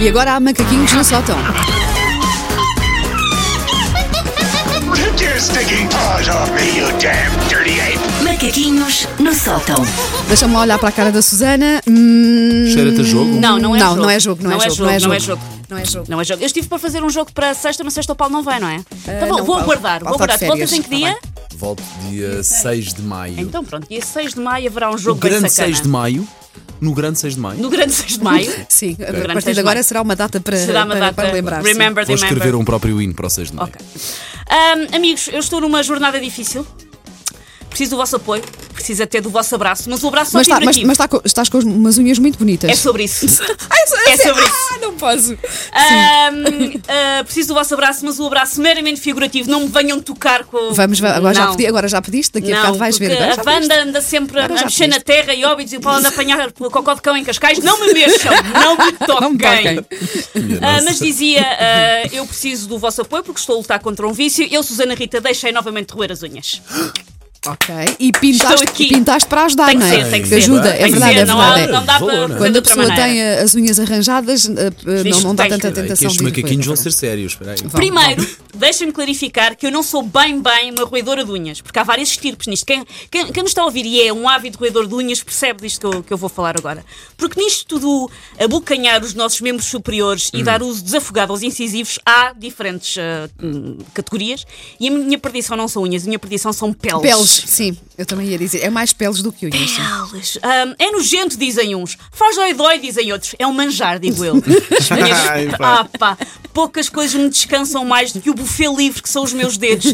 E agora há macaquinhos no sótão. Take your stinking paws off me, you damn dirty ape! Macaquinhos no sótão. Deixa-me lá olhar para a cara da Susana. Hum, Cheira-te a jogo? Não, não é não, jogo. não é jogo, não, é, jogo, não é jogo. Não é jogo. Não é jogo. Eu estive para fazer um jogo para sexta, mas sexta o Paulo não vai, não é? então Ah, não, vou, vou Paulo- aguardar, Paulo vou está de aguardar. Tu voltas em que férias, tá dia? Volto dia 6 de maio. Então pronto, dia 6 de maio haverá um o jogo bem grande sacana. 6 de maio. No grande 6 de maio. No grande 6 de maio. Sim, a Durante partir seis de agora maio. será uma data para, Será uma para, data. para lembrar. sim. remember, Vou remember. escrever um próprio hino para o 6 de maio. Ok. Ahm, amigos, eu estou numa jornada difícil. Preciso do vosso apoio, preciso até do vosso abraço, mas o abraço não é Mas, tá- mas, figurativo. mas tá co- estás com umas unhas muito bonitas. É sobre isso. Ah, é so- é sobre isso. Ah, não posso. Ahm, ah, preciso do vosso abraço, mas o abraço meramente figurativo. Não me venham tocar com. Vamos, va- agora já, Não. pedi, agora já pediste, daqui a não, bocado vais ver. porque Agora já a banda pediste. anda sempre Agora a já mexer na pediste. terra e óbidos e o Paulo anda a apanhar pelo cocó de cão em Cascais. Não me mexam, não me toquem. Não me toquem. Minha Ah, nossa. mas dizia, ah, eu preciso do vosso apoio porque estou a lutar contra um vício. Eu, Susana Rita, deixei novamente roer as unhas. Ok. E pintaste, Estou aqui. pintaste para ajudar, Tem que não é? ser, tem que Que ser. ajuda, tem é que verdade, ser, é não, há- verdade. não dá Valor. né? para. Quando fazer de Quando a outra pessoa maneira. tem eh, as unhas arranjadas, eh, eh, Diz não, não dá que tem. tanta Espera aí, que tentação estes de ir é? macaquinhos vão para- ser sérios. Espera aí. Vão. Primeiro, deixem-me clarificar que eu não sou bem, bem uma roedora de unhas, porque há várias estirpes nisto. Quem, quem, quem nos está a ouvir e é um ávido roedor de unhas percebe disto que eu, que eu vou falar agora. Porque nisto tudo, abocanhar os nossos membros superiores e dar uso desafogado aos incisivos, há diferentes ah, hum, categorias. E a minha perdição não são unhas, a minha perdição são peles. Peles, sim, eu também ia dizer. É mais peles do que unhas. sim. Peles. Hum, é nojento, dizem uns. Faz dói dói, dizem outros. É um manjar, digo eu. As minhas- Ai, pá. ah, pá. Poucas coisas me descansam mais do que o buffet livre que são os meus É dedos.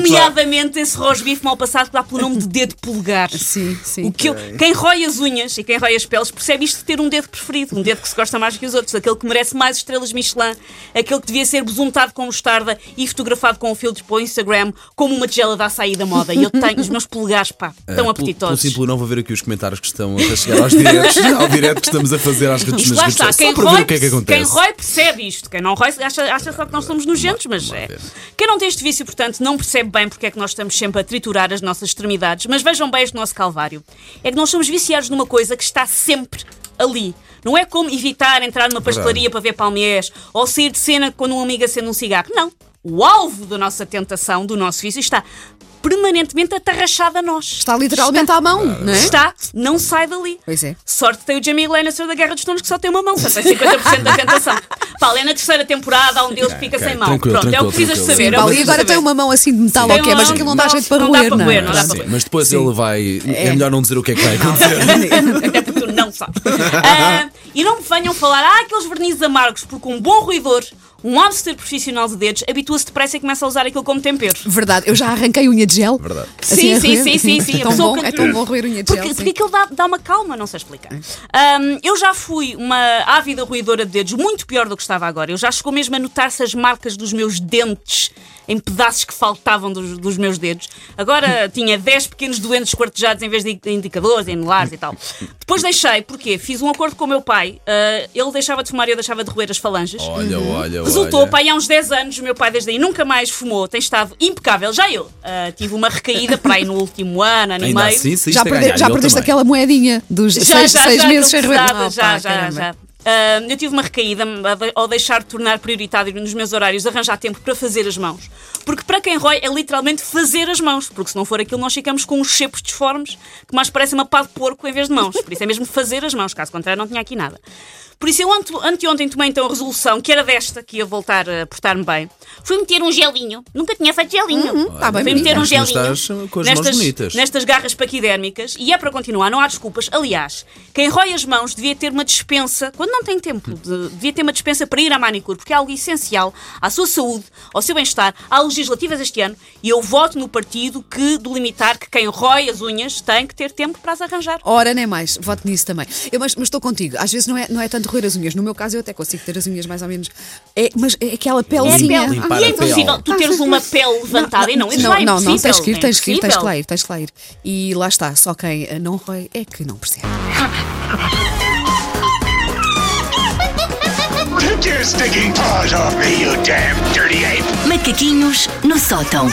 Nomeadamente esse rosbife mal passado que dá pelo nome de dedo polegar. Sim, sim. O que eu- quem rói as unhas e quem rói as peles percebe isto de ter um dedo preferido, um dedo que se gosta mais que os outros, aquele que merece mais estrelas Michelin, aquele que devia ser besuntado com mostarda e fotografado com um filtro para o Instagram como uma tigela de açaí da moda. E eu tenho os meus polegares, pá, Ah, tão pelo- Pelo apetitosos. simples não vou ver aqui os comentários que estão a chegar aos diretos, ao direto que estamos a fazer às redes Isto nas lá redes está, sociais, quem só para ver rói, o que é que quem acontece. rói percebe isto, quem não rói acha, acha só que nós somos nojentos, mas é. Quem não tem este vício, portanto, não percebe bem porque é que nós estamos sempre a triturar as nossas extremidades, mas vejam bem este nosso calvário. É que nós somos viciados numa coisa que está sempre ali. Não é como evitar entrar numa pastelaria para ver palmiers ou sair de cena quando um amigo acende um cigarro. Não. O alvo da nossa tentação, do nosso vício, está permanentemente atarrachado a nós. Está literalmente à mão, não é? Está, não sai dali. Pois é. Sorte tem o Jamie Lannister da Guerra dos Tronos que só tem uma mão, só tem 50% da tentação. Pá, ali é na terceira temporada, há um deles que fica ok, sem mão. tranquilo, Pronto, é o que tranquilo, precisas de tranquilo. saber. é o Pá, e que precisas agora saber. tem uma mão assim de metal, Sim. ok, Tem uma mas mão aquilo não de dá metal, jeito para não dá roer, para não roer, é? não dá para roer. Mas depois ele vai. É melhor não dizer o que é que vai acontecer. Até porque tu não sabes. Ah, e não me venham falar, ah, aqueles vernizes amargos, porque um bom ruidor, um hamster profissional de dedos, habitua-se depressa e começa a usar aquilo como tempero. Verdade, eu já arranquei unha de gel. Verdade. Assim, a Sim, sim, roer. sim, sim, sim. É A tão pessoa bom, que- é tão bom roer unha de Porque, gel. sim. porque aquilo dá, dá uma calma, não sei explicar. Ahm, eu já fui uma ávida roedora de dedos, muito pior do que estava agora. Eu já chegou mesmo a notar-se as marcas dos meus dentes em pedaços que faltavam dos, dos meus dedos. Agora tinha 10 pequenos doentes esquartejados em vez de indicadores, em lares e tal. Depois deixei, porque fiz um acordo com o meu pai. ah, ele deixava de fumar e eu deixava de roer as falanges. Olha, olha, Resultou, olha. pai, há uns 10 anos, o meu pai desde aí nunca mais fumou, tem estado impecável. Já eu ah, tive uma recaída para aí no último ano, ano e Ainda meio. assim, saíste Já, a perde- ganhar, já ele perdeste também. aquela moedinha dos seis, seis meses sem estou roer. pesada, Ah, já, pá, já, caramba. já. Ah, eu tive uma recaída a- ao deixar de tornar prioritário nos meus horários arranjar tempo para fazer as mãos. Porque para quem rói é literalmente fazer as mãos, porque se não for aquilo nós ficamos com uns chepos disformes que mais parecem uma pá de porco em vez de mãos. Por isso é mesmo fazer as mãos, caso contrário não tinha aqui nada. Por isso eu ante, anteontem tomei então a resolução, que era desta, que ia voltar a portar-me bem. Fui meter um gelinho. Nunca tinha feito gelinho. tá bem Fui bonito. meter um Mas tu gelinho. estás com as mãos bonitas. Nestas garras paquidérmicas, e é para continuar, não há desculpas. Aliás, quem rói as mãos devia ter uma dispensa, quando não tem tempo, de- devia ter uma dispensa para ir à manicure, porque é algo essencial à sua saúde, ao seu bem-estar. Há legislativas este ano e eu voto no partido que delimitar que quem rói as unhas tem que ter tempo para as arranjar. Ora, nem mais, voto nisso também. Eu, mas, mas estou contigo, às vezes não é, não é tanto roer as unhas. No meu caso, eu até consigo ter as unhas mais ou menos. É, mas é aquela pelezinha. Ah, pele. Limpar e é a pele. impossível tu teres uma pele levantada e não, isso não, já é não, não, impossível, tens que ir, é tens que ir, tens que impossível. lá ir, tens que lá ir. E lá está, só quem eh, não roe é que não percebe. Take your stinking paws off me, you damn dirty ape! Macaquinhos no sótão.